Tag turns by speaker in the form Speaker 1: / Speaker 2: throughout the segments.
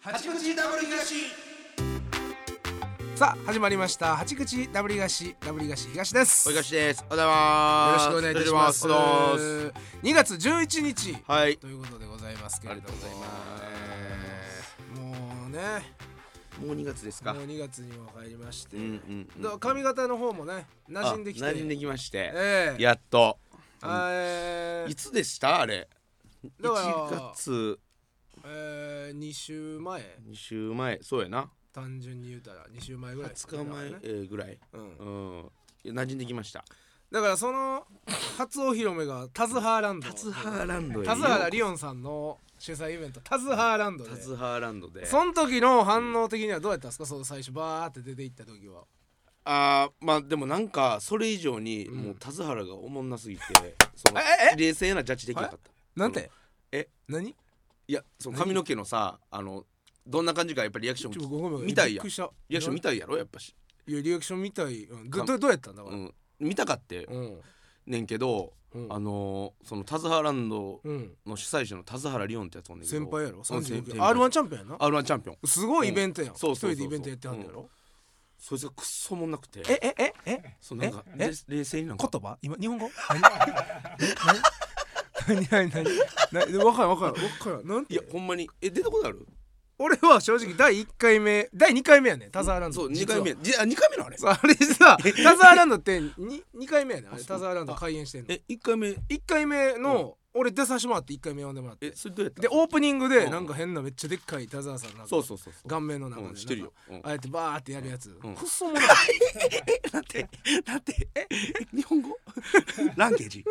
Speaker 1: 八口ダブル東
Speaker 2: さあ始まりました八口ダブリガシダブリガシ東です
Speaker 1: おい
Speaker 2: よ
Speaker 1: が
Speaker 2: ろし
Speaker 1: しですおはようございます
Speaker 2: くお願いいたします
Speaker 1: おはようございます
Speaker 2: 2月11日
Speaker 1: はい
Speaker 2: ということでございますけ
Speaker 1: あ
Speaker 2: れ
Speaker 1: りが
Speaker 2: ど
Speaker 1: と
Speaker 2: も
Speaker 1: うご
Speaker 2: も
Speaker 1: ざいます
Speaker 2: うね
Speaker 1: もう2月です
Speaker 2: も
Speaker 1: か
Speaker 2: う2月にも入りまして、
Speaker 1: うんうんうん
Speaker 2: だから髪型の方もね馴染んできて
Speaker 1: あ馴染んできまして
Speaker 2: ええ
Speaker 1: やっと
Speaker 2: えー
Speaker 1: いつでしたあれ
Speaker 2: だから
Speaker 1: 1月
Speaker 2: えー、2週前
Speaker 1: 2週前そうやな
Speaker 2: 単純に言うたら2週前ぐらい
Speaker 1: 2日前
Speaker 2: だから,、
Speaker 1: えーぐらい
Speaker 2: うん
Speaker 1: う、ん馴染んできました
Speaker 2: だからその初お披露目がタズハーランド
Speaker 1: タズハーランドへ
Speaker 2: 田津原リオンさんの主催イベントタズハーランドで
Speaker 1: タズハーランドで
Speaker 2: その時の反応的にはどうやったんですかその最初バーって出て行った時は
Speaker 1: あーまあでもなんかそれ以上にもう田津原がおもんなすぎて、その
Speaker 2: ええ
Speaker 1: 冷静なジャッジできなかった
Speaker 2: なんて
Speaker 1: え
Speaker 2: 何
Speaker 1: いやその髪の毛のさあのどんな感じかやっぱリアクショ
Speaker 2: ちょ
Speaker 1: ン
Speaker 2: ごめんごめん
Speaker 1: 見たいやん
Speaker 2: びっくりした
Speaker 1: リアクション見たいやろやっぱし、
Speaker 2: いやリアクション見たい、うん、ど
Speaker 1: か
Speaker 2: どどうやったんだか
Speaker 1: う
Speaker 2: ら
Speaker 1: ん、見たかって
Speaker 2: うん
Speaker 1: ねんけど、
Speaker 2: うん
Speaker 1: あのーその田津原ランド
Speaker 2: うん
Speaker 1: の主催者の田津原リオンってやつおんねんけど
Speaker 2: 先輩やろ
Speaker 1: うん先
Speaker 2: 39
Speaker 1: 先
Speaker 2: 歳
Speaker 1: 輩
Speaker 2: R1 チャンピオンやな
Speaker 1: R1 チャンピオン
Speaker 2: すごいイベントやん
Speaker 1: うん
Speaker 2: 一
Speaker 1: そうそうそうそう
Speaker 2: 人でイベントやってはんのやろ
Speaker 1: そいつがくっそおもんなくて
Speaker 2: えええええ
Speaker 1: そうなんか
Speaker 2: え
Speaker 1: 冷冷静になんか
Speaker 2: 言葉今日本語何何 何何何何わからんわからんわからんなんて
Speaker 1: いやほんまにえ出たことある
Speaker 2: 俺は正直第1回目第2回目やねんタザーランド
Speaker 1: そう2回目
Speaker 2: 実は
Speaker 1: じあ2回目のあれ
Speaker 2: そうあれさ タザーランドってに2回目やねんあれタザーランド開演してんの
Speaker 1: え一1回目
Speaker 2: 1回目の、俺出させてもらって1回目呼んでもらって
Speaker 1: えそれどうやった
Speaker 2: でオープニングで
Speaker 1: うん
Speaker 2: なんか変なめっちゃでっかい田沢さんなんか
Speaker 1: そうそうそうそう
Speaker 2: 顔面の中で
Speaker 1: う
Speaker 2: なんん
Speaker 1: 知ってるよ
Speaker 2: か
Speaker 1: うん
Speaker 2: ああやってバーってやるやつ
Speaker 1: うん
Speaker 2: くっそもない
Speaker 1: なんてなんてえ日本語 ランゲ ージ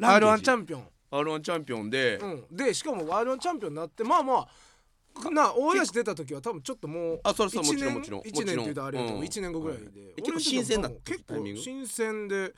Speaker 2: R1 チャ
Speaker 1: ン
Speaker 2: ンピオン
Speaker 1: R1 チャンピオンで、
Speaker 2: うんでしかも R1 チャンピオンになってまあまあな大家出た時は多分ちょっともう
Speaker 1: あそりゃそう
Speaker 2: 一年
Speaker 1: もちろんもち
Speaker 2: 1年
Speaker 1: ろん
Speaker 2: って言うとあれやけど
Speaker 1: うん
Speaker 2: 1年後ぐらいで
Speaker 1: え結構新鮮だった
Speaker 2: 結
Speaker 1: タイミン
Speaker 2: 構
Speaker 1: グ
Speaker 2: 新鮮で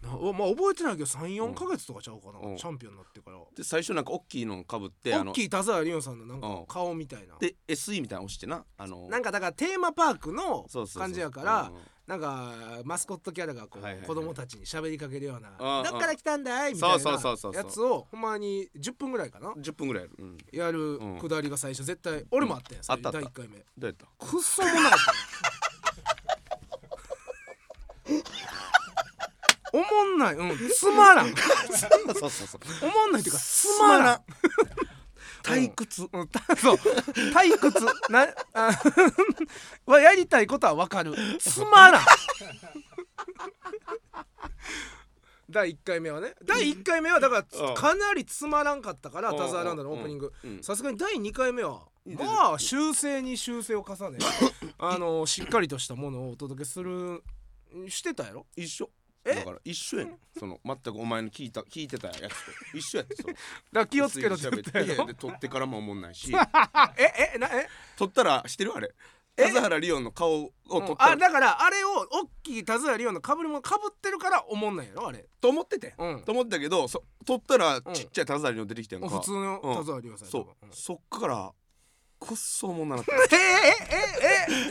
Speaker 2: なおまあ覚えてないけど34か月とかちゃうか
Speaker 1: う
Speaker 2: なんチャンピオンになってから
Speaker 1: で最初なんか大きいのかぶって
Speaker 2: 大き
Speaker 1: い
Speaker 2: い田沢リオンさんのなん
Speaker 1: う
Speaker 2: か
Speaker 1: ん
Speaker 2: 顔みたいな
Speaker 1: で SE みたいなの押してなあの
Speaker 2: なんかだからテーマパークの
Speaker 1: そうそうそう
Speaker 2: 感じやから
Speaker 1: うん
Speaker 2: なんかマスコットキャラがこ
Speaker 1: はいはいは
Speaker 2: う
Speaker 1: い
Speaker 2: 子供たちに喋りかけるような
Speaker 1: うんうん
Speaker 2: 「どっから来たんだい?」みたいな
Speaker 1: そうそうそうそうそ
Speaker 2: や
Speaker 1: う
Speaker 2: つをほんまに10分ぐらいかな
Speaker 1: 10分ぐらいやる、う
Speaker 2: やる
Speaker 1: ん、どうん
Speaker 2: くだりが最初絶対俺もあったやん
Speaker 1: あったあった
Speaker 2: 第1回目
Speaker 1: うやった
Speaker 2: くっそも なかったおもんないうんつまらん
Speaker 1: そうそうそう
Speaker 2: おもんないっていうかつまらん
Speaker 1: 退屈
Speaker 2: うんたそう退屈なあはやりたいことはわかるつまらん第1回目はね第1回目はだから
Speaker 1: うん
Speaker 2: かなりつまらんかったから
Speaker 1: うん
Speaker 2: タザーランドのオープニング
Speaker 1: うん
Speaker 2: さすがに第2回目は
Speaker 1: うん
Speaker 2: まあ修正に修正を重ねあのしっかりとしたものをお届けするしてたやろ
Speaker 1: 一緒
Speaker 2: え
Speaker 1: だから一緒やねんその全くお前の聞いた聞いてたやつと一緒やってその
Speaker 2: だ から気をつけろって言った
Speaker 1: いや
Speaker 2: や
Speaker 1: いや
Speaker 2: ろ
Speaker 1: で撮ってからも思んな いし
Speaker 2: ええなえ
Speaker 1: 撮ったらしてるあれ田津原リオンの顔を撮った
Speaker 2: あ
Speaker 1: ら、
Speaker 2: だからあれを大きい田沢リオンの被り物被ってるからおもんないやろあれ
Speaker 1: と思ってて、
Speaker 2: うん
Speaker 1: と思ったけどそ撮ったら
Speaker 2: うん
Speaker 1: ちっちゃい田津原リオン出てきてんか
Speaker 2: 普通の
Speaker 1: うん
Speaker 2: 田沢リオンさんや
Speaker 1: そ
Speaker 2: とか、
Speaker 1: う
Speaker 2: ん
Speaker 1: そっからこっそおもんなかった
Speaker 2: えええええ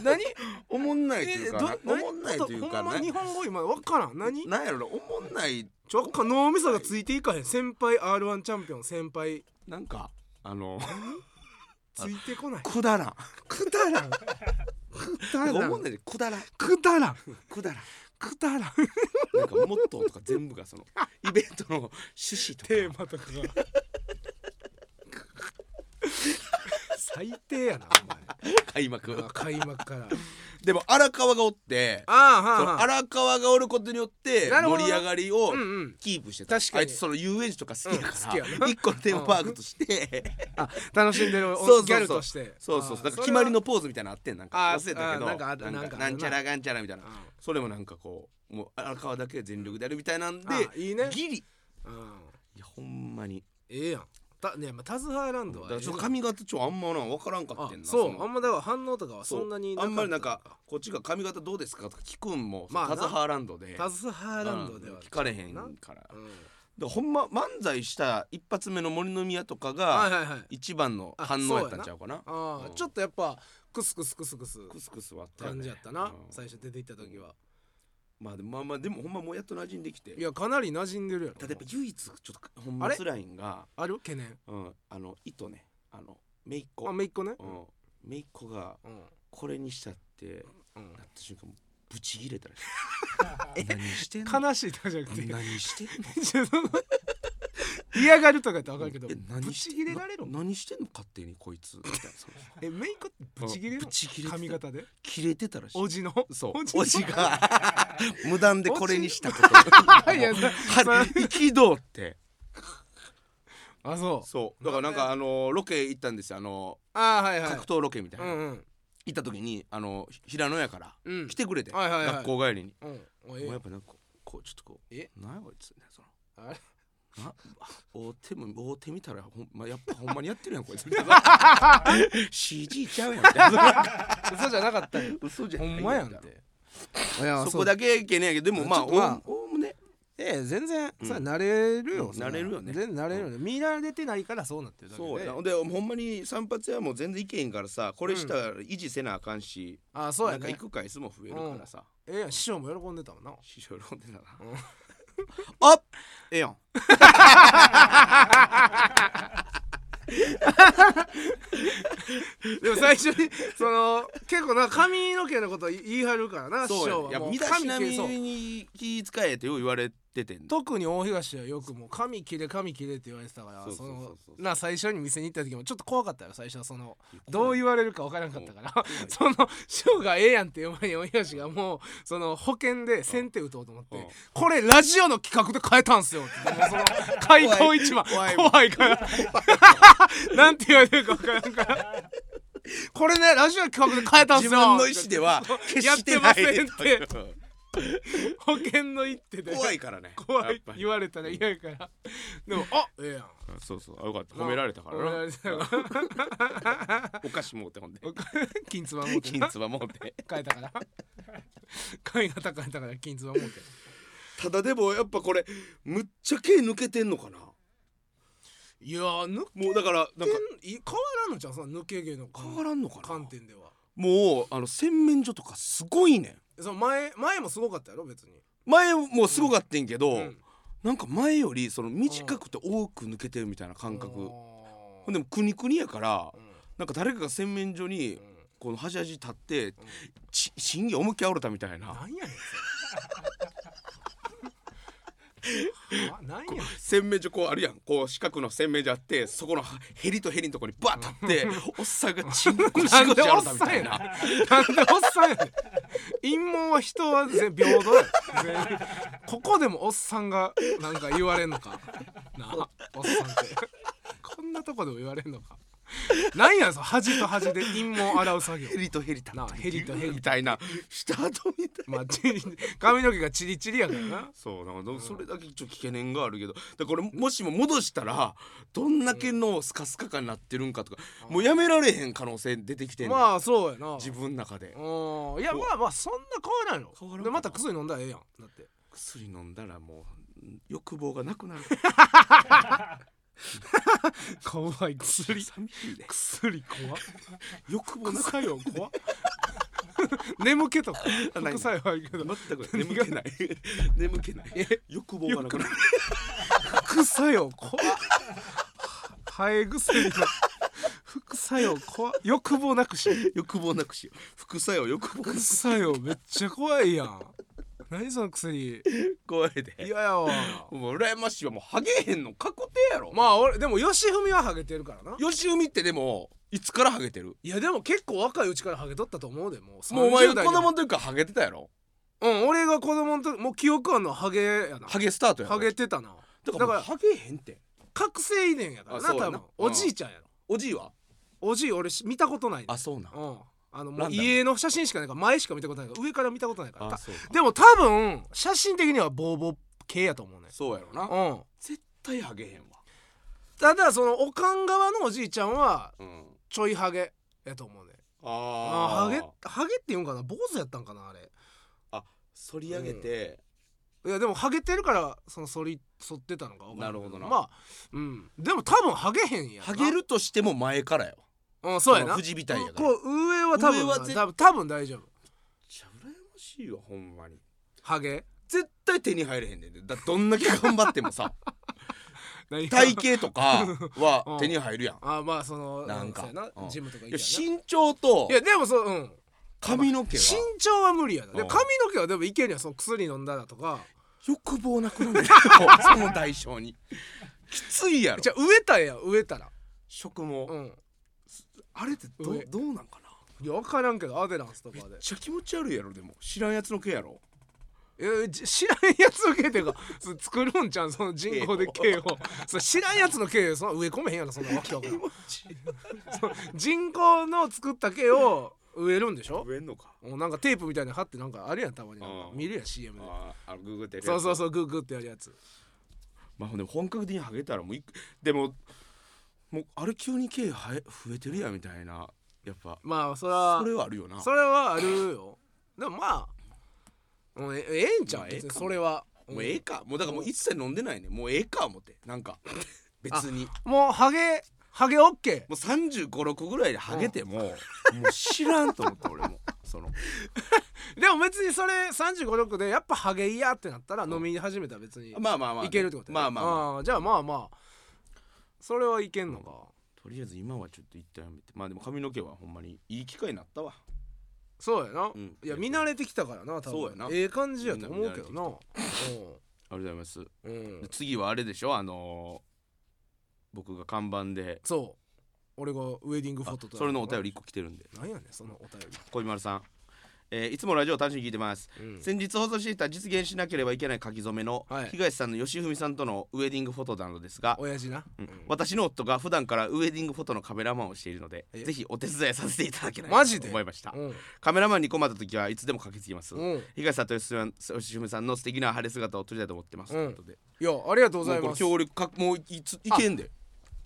Speaker 2: 何何
Speaker 1: おもんないとい
Speaker 2: え
Speaker 1: うか
Speaker 2: ど
Speaker 1: なおもんないというか
Speaker 2: ほんま日
Speaker 1: ね
Speaker 2: 本語今わからん何
Speaker 1: なんやろなおもんない
Speaker 2: ちょっか脳みそがついていかへん先輩 R1 チャンピオン先輩
Speaker 1: なんかあの
Speaker 2: ついてこない
Speaker 1: くだらん
Speaker 2: くだらんくだ
Speaker 1: お
Speaker 2: ら
Speaker 1: もん
Speaker 2: ん
Speaker 1: ないでくだらん
Speaker 2: くだらん
Speaker 1: くだらん
Speaker 2: くだらん
Speaker 1: なんかモットーとか全部 がそのイベントの趣旨と
Speaker 2: テー
Speaker 1: か
Speaker 2: マとかが 最低やな
Speaker 1: 開
Speaker 2: お 前
Speaker 1: 幕
Speaker 2: 開幕から
Speaker 1: でも荒川がおって
Speaker 2: あ
Speaker 1: そ
Speaker 2: あは
Speaker 1: の
Speaker 2: あ
Speaker 1: 荒川がおることによって
Speaker 2: なるほど
Speaker 1: 盛り上がりを
Speaker 2: うんうん
Speaker 1: キープしてた
Speaker 2: 確かに
Speaker 1: あいつその遊園地とか好きやか
Speaker 2: うん好きやな
Speaker 1: ら一個のテーマパークとして
Speaker 2: あ楽しんでる
Speaker 1: そうそう
Speaker 2: お
Speaker 1: そう
Speaker 2: ギャルとして
Speaker 1: そうそうそう
Speaker 2: あー
Speaker 1: なんか
Speaker 2: れは
Speaker 1: 決まりのポーズみたいなのあってんなんか
Speaker 2: あー
Speaker 1: 忘れたけど
Speaker 2: あーなんかあった
Speaker 1: なん
Speaker 2: なんか
Speaker 1: か
Speaker 2: あるなん
Speaker 1: ちゃらがんちゃらみたいな
Speaker 2: うん
Speaker 1: それもなんかこうもう荒川だけで全力でやるみたいなんで
Speaker 2: あーいいね
Speaker 1: ギリい
Speaker 2: うん
Speaker 1: やほんまに
Speaker 2: ええやんたねまあタズハーランドは
Speaker 1: だか
Speaker 2: ええ
Speaker 1: らちょっ
Speaker 2: や
Speaker 1: と
Speaker 2: ん
Speaker 1: 髪型ちょあんまな分からんかっ
Speaker 2: あ
Speaker 1: てんな
Speaker 2: そうあ
Speaker 1: の
Speaker 2: んまだから反応とかはそんなに
Speaker 1: そうあんまりなん
Speaker 2: かっ
Speaker 1: か
Speaker 2: た
Speaker 1: こっちが髪型どうですかとか聞くんも、
Speaker 2: まあな
Speaker 1: タズハーランドで
Speaker 2: タズハーランドで
Speaker 1: う
Speaker 2: は
Speaker 1: ん聞かれへん
Speaker 2: な
Speaker 1: からだか
Speaker 2: うん
Speaker 1: らほんま漫才した一発目の森の宮とか
Speaker 2: はい
Speaker 1: が
Speaker 2: はいはい
Speaker 1: 一番の反応やったんちゃうかな
Speaker 2: ああ
Speaker 1: うん
Speaker 2: ちょっとやっぱクスクスクスクス
Speaker 1: クスクス割ったよね
Speaker 2: 感じやったな
Speaker 1: うん
Speaker 2: 最初出て行った時は
Speaker 1: まあでもまあまあでもほんまもうやっと馴染んできて
Speaker 2: いやかなり馴染んでるやろ
Speaker 1: ただやっぱ唯一ちょっとほん
Speaker 2: あ
Speaker 1: ま
Speaker 2: れ
Speaker 1: 辛いんが
Speaker 2: ある懸念
Speaker 1: うん、あの糸ねあのめいっ
Speaker 2: あ
Speaker 1: 子
Speaker 2: めいっ子ね
Speaker 1: うんめいっ子が
Speaker 2: うん
Speaker 1: これにしたって
Speaker 2: うん
Speaker 1: なった瞬間ブチギレたらし い何してんの
Speaker 2: 悲しいとかじゃなくて
Speaker 1: 何してんの
Speaker 2: 嫌がるとかやってわかるけど
Speaker 1: え
Speaker 2: ブチギレられろ
Speaker 1: な何してんの勝手にこいつみたいなその
Speaker 2: えめいっ子ってブチギレ
Speaker 1: うん
Speaker 2: の
Speaker 1: ブチギレてた
Speaker 2: 髪型で
Speaker 1: 切れてたらしい
Speaker 2: おじの
Speaker 1: そう
Speaker 2: おじ
Speaker 1: おじ が無断でこれにしたこと
Speaker 2: いやな
Speaker 1: は憤って
Speaker 2: あそう
Speaker 1: そうだからなんかあのロケ行ったんですよあの
Speaker 2: あーはいはい
Speaker 1: 格闘ロケみたいうな、
Speaker 2: んうん
Speaker 1: 行った時にあのひ平野やから
Speaker 2: うん
Speaker 1: 来てくれて、
Speaker 2: はいはいはい
Speaker 1: 学校帰りに、
Speaker 2: うんお
Speaker 1: もうや
Speaker 2: え
Speaker 1: っぱなんかこうこうちょっとこう
Speaker 2: え
Speaker 1: なんやこいつねその
Speaker 2: あれ
Speaker 1: な大手も大手見たらほん、ま、やっぱほんまにやっ てるやんこいつ CG ちゃうやんみたいな
Speaker 2: 嘘じゃなかったよ
Speaker 1: 嘘じゃ
Speaker 2: ほ
Speaker 1: ない
Speaker 2: んまやんっ
Speaker 1: みたい
Speaker 2: ていや
Speaker 1: なそこだけいけねえけどでもまあ
Speaker 2: ちょっとまあ
Speaker 1: おおむね
Speaker 2: ええ全然
Speaker 1: うん
Speaker 2: それ慣れる
Speaker 1: う
Speaker 2: よ
Speaker 1: ん
Speaker 2: そんな
Speaker 1: 慣れるよね
Speaker 2: 全然慣れるよね見られてないからそうなってるだけ
Speaker 1: そうやなほん
Speaker 2: で
Speaker 1: でほんまに散髪屋も全然いけへんからさこれしたら維持せなあかんし、
Speaker 2: あそう
Speaker 1: な
Speaker 2: や
Speaker 1: んか
Speaker 2: ね
Speaker 1: 行く回数も増えるからさ、
Speaker 2: ええやん師匠も喜んでたもんな
Speaker 1: 師匠喜んでたな、 あっええやん
Speaker 2: でも最初にその結構な髪の毛のこと言い張るからな師匠
Speaker 1: そうや
Speaker 2: はいもう
Speaker 1: や身だし
Speaker 2: 髪
Speaker 1: な
Speaker 2: 切
Speaker 1: み
Speaker 2: れそう
Speaker 1: に気遣えってよう言われててん
Speaker 2: 特に大東はよくもう髪切れ髪切れって言われてたから
Speaker 1: そう
Speaker 2: そ
Speaker 1: そうそうそう
Speaker 2: のな最初に店に行った時もちょっと怖かったよ最初はそのどう
Speaker 1: いう
Speaker 2: 言われるか分からなかったから その師匠がええやんっていう前に大東がもうその保険で先手打とうと思っ
Speaker 1: うん
Speaker 2: て「これラジオの企画で変えたんすよ」ってもうその開口一番
Speaker 1: 怖い
Speaker 2: 怖いからなんて言われるか分からんから。これねラジオの企画で変えたんす
Speaker 1: 自
Speaker 2: よ
Speaker 1: 分の意思では決してないで
Speaker 2: やってませんって
Speaker 1: という
Speaker 2: 保険の一手で
Speaker 1: 怖いからね
Speaker 2: 怖
Speaker 1: やっ
Speaker 2: い
Speaker 1: ぱり
Speaker 2: 言われたら嫌やからでも「あええやん」
Speaker 1: そうそうあよかった褒められたから
Speaker 2: 褒めら
Speaker 1: な
Speaker 2: れたか
Speaker 1: お菓子もうてほんで
Speaker 2: ら 金つば持って
Speaker 1: 金
Speaker 2: な
Speaker 1: つばもうて
Speaker 2: 変えたから髪型変えたから金つば持って
Speaker 1: ただでもやっぱこれむっちゃ毛抜けてんのかない
Speaker 2: やー抜
Speaker 1: もうだからなんか
Speaker 2: けい変わらんのじゃんその抜け毛の
Speaker 1: 変わらんのかな
Speaker 2: 観点では
Speaker 1: もうあの洗面所とかすごいねん
Speaker 2: その前前もすごかったやろ別に
Speaker 1: 前もすごかったんけど、
Speaker 2: うん
Speaker 1: なんか前よりその短くて多く抜けてるみたいな感覚、ほんでもくにくにやから、
Speaker 2: うんう
Speaker 1: なんか誰かが洗面所に
Speaker 2: んうん
Speaker 1: この端々立ってち審議思いっきりあおれたみたいな
Speaker 2: なんやねんそれあ なんやねん
Speaker 1: 洗面所こうあるやんこう四角の洗面所あってそこのはヘリとヘリのとこにバー立っておっさんがチンコシ
Speaker 2: なん
Speaker 1: ゴ
Speaker 2: で
Speaker 1: シあ
Speaker 2: お
Speaker 1: お
Speaker 2: っ
Speaker 1: れたみ
Speaker 2: さん
Speaker 1: た
Speaker 2: や
Speaker 1: い
Speaker 2: ねん
Speaker 1: な
Speaker 2: なんでおっさんやねん陰謀は人は全平等や全員 ここでもおっさんがなんか言われんのかなあおっさんってこんなとこでも言われんのかなんやねんその端と端で陰謀を洗う作業
Speaker 1: ヘリとヘリ立って
Speaker 2: なあヘリとヘリ
Speaker 1: みたいなした後みたいな。
Speaker 2: まあチリ髪の毛がチリチリやからな
Speaker 1: そうなんかそれだけちょっと懸念があるけどだからこれもしも戻したらどんだけのスカスカ感になってるんかとかもうやめられへん可能性出てきてんねん
Speaker 2: まあそうやな
Speaker 1: 自分の中で
Speaker 2: うんいやまあまあそんな変わらん
Speaker 1: 変わ
Speaker 2: よ
Speaker 1: らんか
Speaker 2: でまた薬飲んだらええやんだって
Speaker 1: 薬飲んだらもう欲望がなくなる
Speaker 2: かわいい薬
Speaker 1: 寂しいで
Speaker 2: 薬怖っ
Speaker 1: 欲望な
Speaker 2: 副
Speaker 1: く
Speaker 2: 作用怖っ 眠気とか
Speaker 1: ない
Speaker 2: 副作用あるけど
Speaker 1: 全く眠けない眠けない 欲望がなくなる
Speaker 2: 副作用怖っハエ薬の副作用怖っ欲望なくし
Speaker 1: 欲望なくしよう副作用欲望
Speaker 2: 副作用めっちゃ怖いやん何その薬
Speaker 1: 怖いで
Speaker 2: 嫌やわ
Speaker 1: もう羨ましいわもうハゲへんの確定やろ
Speaker 2: まあ俺でも吉文はハゲてるからな
Speaker 1: 吉海ってでもいつからハゲてる
Speaker 2: いやでも結構若いうちからハゲとったと思うでもう
Speaker 1: もうお前
Speaker 2: 30
Speaker 1: が
Speaker 2: 代
Speaker 1: 子
Speaker 2: で
Speaker 1: 供の時からハゲてたやろ
Speaker 2: うん俺が子供の時もう記憶あんのはハゲやな
Speaker 1: ハゲスタートやろ
Speaker 2: ハゲてたなだ
Speaker 1: だから
Speaker 2: か
Speaker 1: もう
Speaker 2: ら
Speaker 1: ハゲへんって
Speaker 2: 覚醒遺伝やから
Speaker 1: あ
Speaker 2: な
Speaker 1: そうや
Speaker 2: 多
Speaker 1: な
Speaker 2: 分おじいちゃんやろ
Speaker 1: おじいは
Speaker 2: おじい俺し見たことないね
Speaker 1: あそうなん
Speaker 2: うんあの
Speaker 1: ラ
Speaker 2: も
Speaker 1: ンダ
Speaker 2: う
Speaker 1: ム
Speaker 2: 家の写真しかないから前しか見たことないから上から見たことないからた
Speaker 1: そう
Speaker 2: でも多分写真的にはボーボー系やと思うね
Speaker 1: そうやろな
Speaker 2: うん
Speaker 1: 絶対ハゲへんわ
Speaker 2: ただそのおかん側のおじいちゃんは
Speaker 1: うん
Speaker 2: ちょいハゲやと思うねあ
Speaker 1: あ
Speaker 2: ハゲハゲって言うんかな坊主やったんかなあれ
Speaker 1: 反り上げて
Speaker 2: いやでもハゲてるからその反り反ってたのか分からんけ
Speaker 1: なるほどな
Speaker 2: まあうんでも多分ハゲへんやん
Speaker 1: ハ
Speaker 2: な
Speaker 1: ゲるとしても前からよ
Speaker 2: うんそうやな
Speaker 1: 富士みたいやから
Speaker 2: こう上は多分
Speaker 1: 上は絶
Speaker 2: 多分多分大丈夫
Speaker 1: めっちゃ羨ましいわほんまに
Speaker 2: ハゲ
Speaker 1: 絶対手に入れへんねんでだどんだけ頑張ってもさ
Speaker 2: い何が
Speaker 1: 体型とか
Speaker 2: うん
Speaker 1: は手に入るやん
Speaker 2: あーまあその
Speaker 1: なんか
Speaker 2: そうや
Speaker 1: うん
Speaker 2: ジムとか
Speaker 1: い
Speaker 2: 行
Speaker 1: や
Speaker 2: き
Speaker 1: 身長と
Speaker 2: いやでもそううん
Speaker 1: 髪の毛
Speaker 2: 身
Speaker 1: は
Speaker 2: 長は無理やなで
Speaker 1: うん
Speaker 2: も髪の毛はでもいけるやんその薬飲んだらとか
Speaker 1: 欲望なくな るよその代償にきついやろ
Speaker 2: じゃあ植えたらやん植えたら
Speaker 1: 食も
Speaker 2: うん
Speaker 1: あれってど
Speaker 2: 上
Speaker 1: どうなんかない
Speaker 2: や分からんけどアデランスとかで
Speaker 1: めっちゃ気持ち悪いやろでも知らんやつの毛やろ
Speaker 2: えーじ知らんやつの毛っていうか そ作るんじゃんその人工で 毛をそれ知らんやつの毛その植え込めへんやろそんなわけわからんその人工の作った毛を植えるんでしょ
Speaker 1: 食えんのか
Speaker 2: もうなんかテープみたいなの貼ってなんかあるやんたまになんか
Speaker 1: うん
Speaker 2: 見るやん CM で
Speaker 1: あーあググって
Speaker 2: そうそううそうグーグーってやるやつ
Speaker 1: まあほんで本格的にハゲたらもういくでももうあれ急に毛生え増えてるやんみたいなやっぱ
Speaker 2: まあそれは
Speaker 1: それはあるよな
Speaker 2: それはあるよでもまあもうえええんちゃ
Speaker 1: ま
Speaker 2: う
Speaker 1: あええ
Speaker 2: 別に
Speaker 1: か
Speaker 2: それは
Speaker 1: もうええかもうだからもう一切飲んでないねもうええか思ってなん か別に
Speaker 2: もうハゲハゲオッケ
Speaker 1: もう3 5六6ぐらいでハゲてももう知らんと思って俺もその
Speaker 2: ーでも別にそれ3 5 6でやっぱハゲ嫌ってなったら飲み始めたら別に
Speaker 1: まあまあまあ
Speaker 2: いけるってことね
Speaker 1: まあまあ、まあ、
Speaker 2: あーじゃあまあまあそれはいけんのか
Speaker 1: とりあえず今はちょっと一旦やめてまあでも髪の毛はほんまにいい機会になったわ
Speaker 2: そうやな
Speaker 1: うん
Speaker 2: いや見慣れてきたからな多分
Speaker 1: そうやな
Speaker 2: ええ感じやと思うけどな
Speaker 1: ありがとうございま
Speaker 2: うんう
Speaker 1: す
Speaker 2: ん
Speaker 1: 次はあれでしょあのー僕が看板で
Speaker 2: そう俺がウェディングフ
Speaker 1: あ
Speaker 2: ォトと
Speaker 1: それのお便
Speaker 2: り
Speaker 1: り1個来てるんで
Speaker 2: なんやねんそのお便
Speaker 1: 小丸さん、えーいつもラジオを楽しみに聞いてます
Speaker 2: りうん
Speaker 1: 先日放送していた実現しなければいけない書き初めの
Speaker 2: はい
Speaker 1: 東さんの吉文さんとのウェディングフォトなのですが、
Speaker 2: 親父な
Speaker 1: うん
Speaker 2: うん
Speaker 1: 私の夫が普段からウェディングフォトのカメラマンをしているので
Speaker 2: え
Speaker 1: ぜひお手伝いさせていただけない
Speaker 2: マジで
Speaker 1: と思いました
Speaker 2: うん
Speaker 1: カメラマンに困った時はいつでも駆けつけます
Speaker 2: うん
Speaker 1: 東さんと吉文吉文さんの素敵な晴れ姿を撮りたいと思ってます、
Speaker 2: うん
Speaker 1: ということで
Speaker 2: いやありがとうござい
Speaker 1: もうこれ
Speaker 2: ます
Speaker 1: 協力かもういついけんで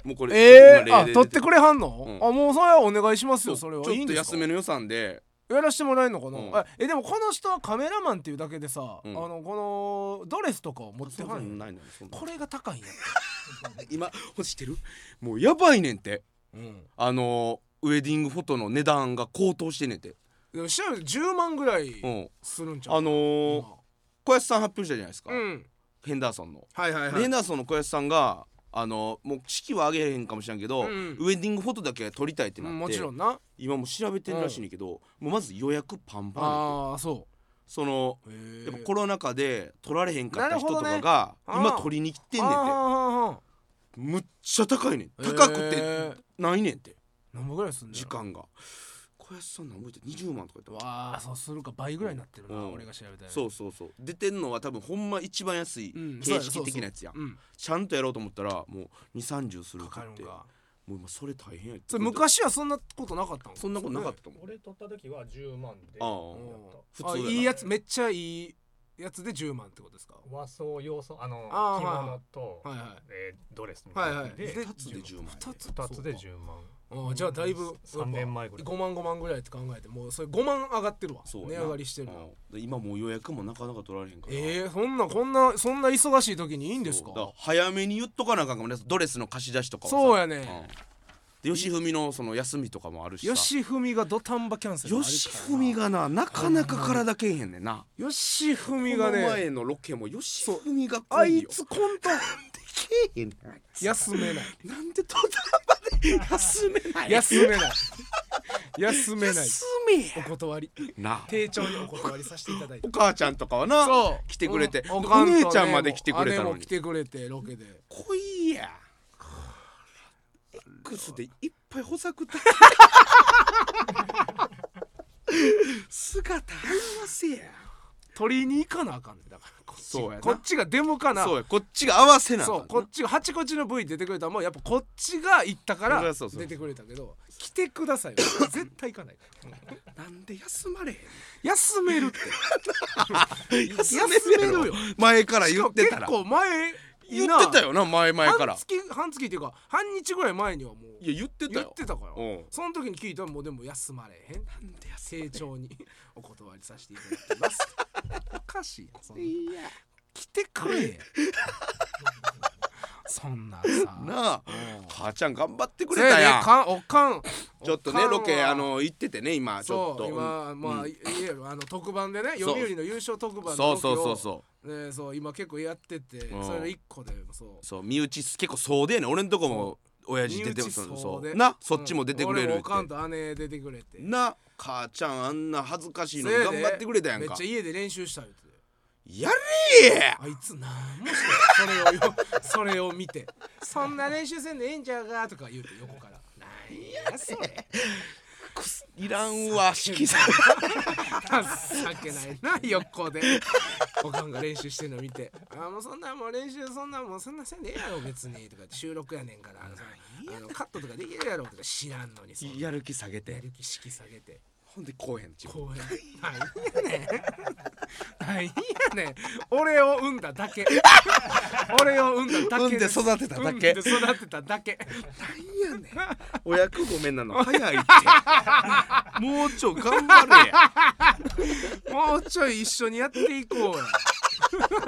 Speaker 1: もうこれ
Speaker 2: え
Speaker 1: 今
Speaker 2: ー、
Speaker 1: 例
Speaker 2: あ
Speaker 1: で出
Speaker 2: 取ってくれはんの、
Speaker 1: うん
Speaker 2: あもうそれはお願いします
Speaker 1: そ
Speaker 2: よ
Speaker 1: う
Speaker 2: それは
Speaker 1: ちょ
Speaker 2: いい
Speaker 1: っ
Speaker 2: ん
Speaker 1: と
Speaker 2: です
Speaker 1: 安
Speaker 2: か
Speaker 1: めの予算で
Speaker 2: やらしてもらえんのかな、
Speaker 1: うん
Speaker 2: あえでもこの人はカメラマンっていうだけでさ、
Speaker 1: うん
Speaker 2: あのこのドレスとかを持っては
Speaker 1: そ
Speaker 2: んの
Speaker 1: んなんないのよそんな
Speaker 2: これが高いんや、
Speaker 1: 今 欲してるもうやばいねんて
Speaker 2: うん、
Speaker 1: あのーウェディングフォトの値段が高騰してんねんて、
Speaker 2: でも調べて10万ぐらい
Speaker 1: うん、
Speaker 2: するんちゃう
Speaker 1: あのー小安さん発表したじゃないですか、
Speaker 2: うん
Speaker 1: ヘンダーソンの、
Speaker 2: はいはい
Speaker 1: で
Speaker 2: は
Speaker 1: ヘ
Speaker 2: い
Speaker 1: ンダーソンの小安さんがあのーもう式は上げへんかもしれんけど、
Speaker 2: うん
Speaker 1: ウェディングフォトだけ撮りたいって
Speaker 2: う
Speaker 1: なって、
Speaker 2: んもちろんな
Speaker 1: 今もう調べてるらしいねんけど、もうまず予約パンパンやって
Speaker 2: ああそ
Speaker 1: その
Speaker 2: うへ
Speaker 1: やっぱ
Speaker 2: え
Speaker 1: コロナ禍で撮られへんかった人と
Speaker 2: な
Speaker 1: か
Speaker 2: る
Speaker 1: が、
Speaker 2: ほどね
Speaker 1: 今
Speaker 2: あー
Speaker 1: 撮りに来てんねんて
Speaker 2: あ
Speaker 1: むっちゃ高いねん
Speaker 2: ーはんはん
Speaker 1: 高く
Speaker 2: へ
Speaker 1: て
Speaker 2: え
Speaker 1: ないねんて
Speaker 2: 何本ぐらいすんの
Speaker 1: 時間が小安さん何ぼ言って20万とか言ったわ
Speaker 2: わあそうするか倍ぐらいになってるな、
Speaker 1: うん
Speaker 2: 俺が調べたら
Speaker 1: そうそうそう出てんのは多分ほんま一番安い
Speaker 2: うん
Speaker 1: 形式的なやつやん、
Speaker 2: うん
Speaker 1: ちゃんとやろうと思ったらもう2 3 0する
Speaker 2: か
Speaker 1: か
Speaker 2: か
Speaker 1: っ
Speaker 2: るん
Speaker 1: ても
Speaker 2: か
Speaker 1: う今それ大変やって
Speaker 2: それ昔はそんなことなかったの
Speaker 1: そんなことなかったと思う
Speaker 3: 俺取った時は10万で
Speaker 1: ああ普
Speaker 2: あ
Speaker 1: 通やない
Speaker 2: いやつめっちゃいいやつで10万ってことですか
Speaker 3: 和装洋装あの
Speaker 2: ああ
Speaker 3: 着物と、
Speaker 2: はいはい
Speaker 3: えードレスみた
Speaker 2: はいい
Speaker 3: な
Speaker 2: は
Speaker 3: の
Speaker 2: い
Speaker 3: で
Speaker 1: 二つで10万
Speaker 2: 2つ
Speaker 3: 2つで
Speaker 2: そう
Speaker 3: 10万
Speaker 2: かあじゃあだいぶ
Speaker 3: 三年前ぐらい
Speaker 2: 5万5万ぐらいって考えてもうそれ5万上がってるわ
Speaker 1: そう
Speaker 2: 値
Speaker 1: やな
Speaker 2: 上がりしてるな
Speaker 1: うんで今もう予約もなかなか取られへんから
Speaker 2: えー、そんなこんなそんな忙しい時にいいんですか
Speaker 1: そうだら早めに言っとかなあかんかもねドレスの貸し出しとかはさ
Speaker 2: そうやね
Speaker 1: うんで吉文のその休みとかもあるしさ
Speaker 2: 吉文が土壇場キャンセルもあるか
Speaker 1: 吉
Speaker 2: らな
Speaker 1: 文がななかなか体けえへんねんな
Speaker 2: 吉文
Speaker 1: こ
Speaker 2: が
Speaker 1: の
Speaker 2: ね
Speaker 1: 前のロケも吉文が
Speaker 2: あ
Speaker 1: 来い
Speaker 2: い
Speaker 1: よ
Speaker 2: つコント
Speaker 1: でけえへんねんあいつ
Speaker 2: 休めない
Speaker 1: なんで途端まで休めない
Speaker 2: 休めない休めない
Speaker 1: 休め
Speaker 2: お断り
Speaker 1: なあ
Speaker 2: 丁重にお断りさせていただいて
Speaker 1: お母ちゃんとかはな
Speaker 2: そう
Speaker 1: 来てくれて
Speaker 2: お
Speaker 1: お
Speaker 2: かんと
Speaker 1: 姉ちゃんまで来てくれた
Speaker 2: 姉
Speaker 1: の
Speaker 2: も
Speaker 1: に
Speaker 2: 来てくれてロケで
Speaker 1: 来いや X でいっぱい補作 た姿ありませや
Speaker 2: 取りに行かなあかんねだからこっち
Speaker 1: そうやな
Speaker 2: こっちが出向かな
Speaker 1: そうやこっちが合わせなあかん
Speaker 2: そうこっちが八こっちの V 出てくれたのもやっぱこっちが行ったか
Speaker 1: そり
Speaker 2: ら
Speaker 1: ゃそうそう
Speaker 2: 出てくれたけど来てください よ絶対行かない
Speaker 1: なんで休まれへん
Speaker 2: 休めるって 休めるよ
Speaker 1: 前から
Speaker 2: しか
Speaker 1: 言っ
Speaker 2: も
Speaker 1: て
Speaker 2: 結
Speaker 1: たら
Speaker 2: 構前
Speaker 1: 言ってたよな前々か
Speaker 2: 半
Speaker 1: ら
Speaker 2: 月半月っていうか半日ぐらい前にはもう
Speaker 1: いや言ってた
Speaker 2: 言
Speaker 1: よ
Speaker 2: ってたから
Speaker 1: うん
Speaker 2: その時に聞いたらもうでも休まれへん
Speaker 1: なんで休
Speaker 2: 成長に お断りさせていただきますおかしいやんそんな来てくれ やそんなんさ
Speaker 1: なあ
Speaker 2: うん
Speaker 1: 母ちゃん頑張ってく
Speaker 2: せ
Speaker 1: れた
Speaker 2: や
Speaker 1: や
Speaker 2: ね
Speaker 1: ん
Speaker 2: かんおかん
Speaker 1: ちょっとね
Speaker 2: おかんは
Speaker 1: ロケあの行っててね今ちょっ
Speaker 2: そう
Speaker 1: と
Speaker 2: 今まあいいえあの特番でね
Speaker 1: そう
Speaker 2: 読売の優勝特
Speaker 1: うん
Speaker 2: 番
Speaker 1: そ
Speaker 2: の
Speaker 1: うそうそうそう
Speaker 2: うねそう今結構やってて
Speaker 1: うん
Speaker 2: それの一個でそ
Speaker 1: そう身内結構そうでね俺んとこも親父出て
Speaker 2: 身内
Speaker 1: そ
Speaker 2: そう
Speaker 1: うそう
Speaker 2: で
Speaker 1: な
Speaker 2: う
Speaker 1: そっちも出てくれ
Speaker 2: うん
Speaker 1: る
Speaker 2: 俺
Speaker 1: っ
Speaker 2: もおかん
Speaker 1: て
Speaker 2: と姉出てくれて
Speaker 1: な母ちゃんあんな恥ずかしいの
Speaker 2: せ
Speaker 1: に
Speaker 2: や
Speaker 1: 頑
Speaker 2: で
Speaker 1: 張ってくれたやん
Speaker 2: めっ
Speaker 1: か
Speaker 2: ちゃ家で練習した言うて
Speaker 1: やれや
Speaker 2: あいつなんもしてないそれをよそれを見てそんな練習せんでええんちゃうかとか言うて横からなんやそれ
Speaker 1: いらんわ敷さ
Speaker 2: 情けないな横でおかんが練習してんの見てあもうそんなんもう練習そんなんもうそんなせんでええやろ別にとか収録やねんからあのあのカットとかできるやろとか知らんのにそんな
Speaker 1: やる気下げ
Speaker 2: や
Speaker 1: て
Speaker 2: る気式下げて
Speaker 1: ほんでこうへんち
Speaker 2: 公園なんやねんなんやねん俺を産んだ だけ俺を産んだだけす
Speaker 1: 産んで育てただけ
Speaker 2: 産んで育てただけ
Speaker 1: なんやねんお役ごめんなの早いって もうちょい頑張れや
Speaker 2: もうちょい一緒にやっていこう よ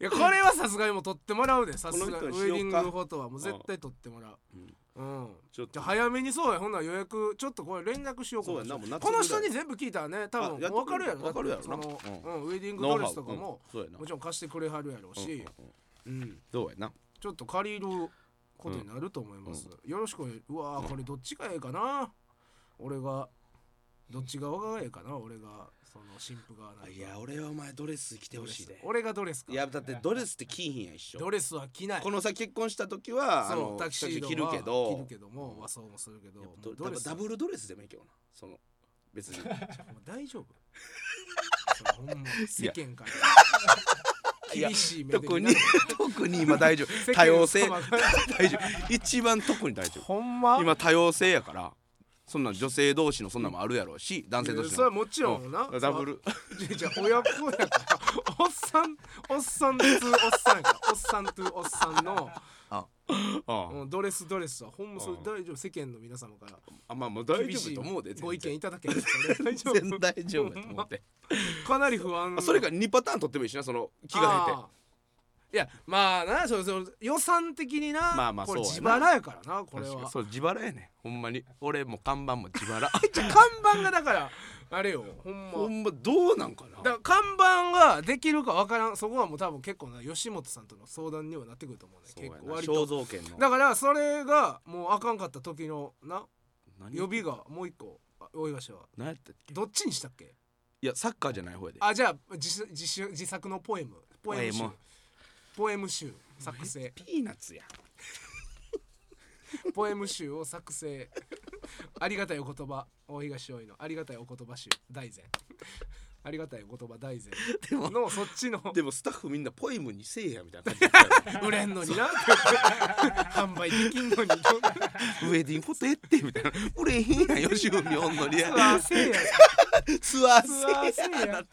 Speaker 2: いやこれはさすがにもう撮ってもらうでさすがウ
Speaker 1: この
Speaker 2: ェ
Speaker 1: 人にし
Speaker 2: デ
Speaker 1: よ
Speaker 2: ィン
Speaker 1: う
Speaker 2: グ
Speaker 1: か
Speaker 2: フォトはもう絶対撮ってもらううん、
Speaker 1: ちょっ
Speaker 2: じ
Speaker 1: と
Speaker 2: ゃあ早めにそうやほんなら予約ちょっとこれ連絡しようか
Speaker 1: そうやなもう夏
Speaker 2: この人に全部聞いたらね多
Speaker 1: あや
Speaker 2: 分
Speaker 1: っ
Speaker 2: 分
Speaker 1: とく
Speaker 2: かるやろ
Speaker 1: わかるやろな
Speaker 2: だってその、
Speaker 1: う
Speaker 2: うんウェディング
Speaker 1: ノ
Speaker 2: ド
Speaker 1: ウ
Speaker 2: レ
Speaker 1: ハウ
Speaker 2: スとかも、
Speaker 1: うんそうやな
Speaker 2: もちろん貸してくれはるやろうし、
Speaker 1: うんうんうん
Speaker 2: うん、
Speaker 1: どうやな
Speaker 2: ちょっと借りることになると思います。よろしくお願い。うわー、これどっちがええかな俺が。どっち側がええかな俺が、その新婦側なのか
Speaker 1: いや俺はお前ドレス着てほしいで
Speaker 2: 俺がドレスか。
Speaker 1: いやだってドレスって着いひんやん一緒
Speaker 2: ドレスは着ない。
Speaker 1: この先結婚した時はあ
Speaker 2: そ
Speaker 1: の
Speaker 2: う、タキシードは
Speaker 1: 着るけど
Speaker 2: 着るけども、和装もするけど、
Speaker 1: や
Speaker 2: も
Speaker 1: っぱ
Speaker 2: う
Speaker 1: ど
Speaker 2: ドレス
Speaker 1: ダブルドレスでもいいけどなその別に
Speaker 2: もう大 丈夫。それほんま世間から。
Speaker 1: いや
Speaker 2: 厳しい 目で
Speaker 1: 特
Speaker 2: 見
Speaker 1: に
Speaker 2: ら れる
Speaker 1: 特に今大 丈
Speaker 2: 世間
Speaker 1: 夫多
Speaker 2: 様
Speaker 1: 様
Speaker 2: が
Speaker 1: 性大丈夫一番特に大丈夫
Speaker 2: ほんま
Speaker 1: 今多様性やからそんなん女性同士のそんなんもあるやろうし男性同
Speaker 2: いや
Speaker 1: 士
Speaker 2: それは
Speaker 1: の
Speaker 2: もちろんな
Speaker 1: うんダブル
Speaker 2: じゃじゃ親子やからおっさんおっさんとおっさんやからおっさんとおっさんの
Speaker 1: あ
Speaker 2: うんドレスドレスはほんまそれ
Speaker 1: うん
Speaker 2: 大丈夫世間の皆様から
Speaker 1: あまあまあ大
Speaker 2: 厳
Speaker 1: 丈
Speaker 2: し
Speaker 1: 夫
Speaker 2: い
Speaker 1: と思うで
Speaker 2: ご意見いただけそれ大
Speaker 1: 全
Speaker 2: 丈夫
Speaker 1: 然全然大丈夫やと思って
Speaker 2: かなり不安
Speaker 1: あそれか2パターン取ってもいいしなその着替えて
Speaker 2: あーいやまあなそうそう予算的にな
Speaker 1: まあまあ
Speaker 2: これ
Speaker 1: そう
Speaker 2: 自
Speaker 1: やな
Speaker 2: 腹やからなこれ
Speaker 1: 確か
Speaker 2: は
Speaker 1: にそう自腹やねんほんまに俺も看板も自腹
Speaker 2: じゃあ看板がだからあれよほんま
Speaker 1: ほんまどうなんかな
Speaker 2: だから看板ができるかわからんそこはもう多分結構な吉本さんとの相談にはなってくると思うね
Speaker 1: そうや
Speaker 2: 結
Speaker 1: な
Speaker 2: 構割
Speaker 1: 肖
Speaker 2: と
Speaker 1: 像権の
Speaker 2: だからそれがもうあかんかった時のな
Speaker 1: 何
Speaker 2: 予備がもう一個あ大東は
Speaker 1: 何やったっけ
Speaker 2: どっちにしたっけ
Speaker 1: いやサッカーじゃない方やで
Speaker 2: あじゃあ自主自主自作のポエムポエム集
Speaker 1: ポエム
Speaker 2: ポエム集作成
Speaker 1: ピーナッツや
Speaker 2: ポエム集を作成 ありがたいお言葉大東大井のありがたいお言葉集大全 ありがたいお言葉大全のそっちの
Speaker 1: でもスタッフみんなポエムにせえやみたいな感じだったよ
Speaker 2: 売れんのにな販売できんのに
Speaker 1: ウェディングフォトやってみたいな売れへんやん吉文おんのに
Speaker 2: ツアーせいや
Speaker 1: ツアー
Speaker 2: ツアー
Speaker 1: せ
Speaker 2: せ
Speaker 1: え
Speaker 2: い
Speaker 1: や
Speaker 2: や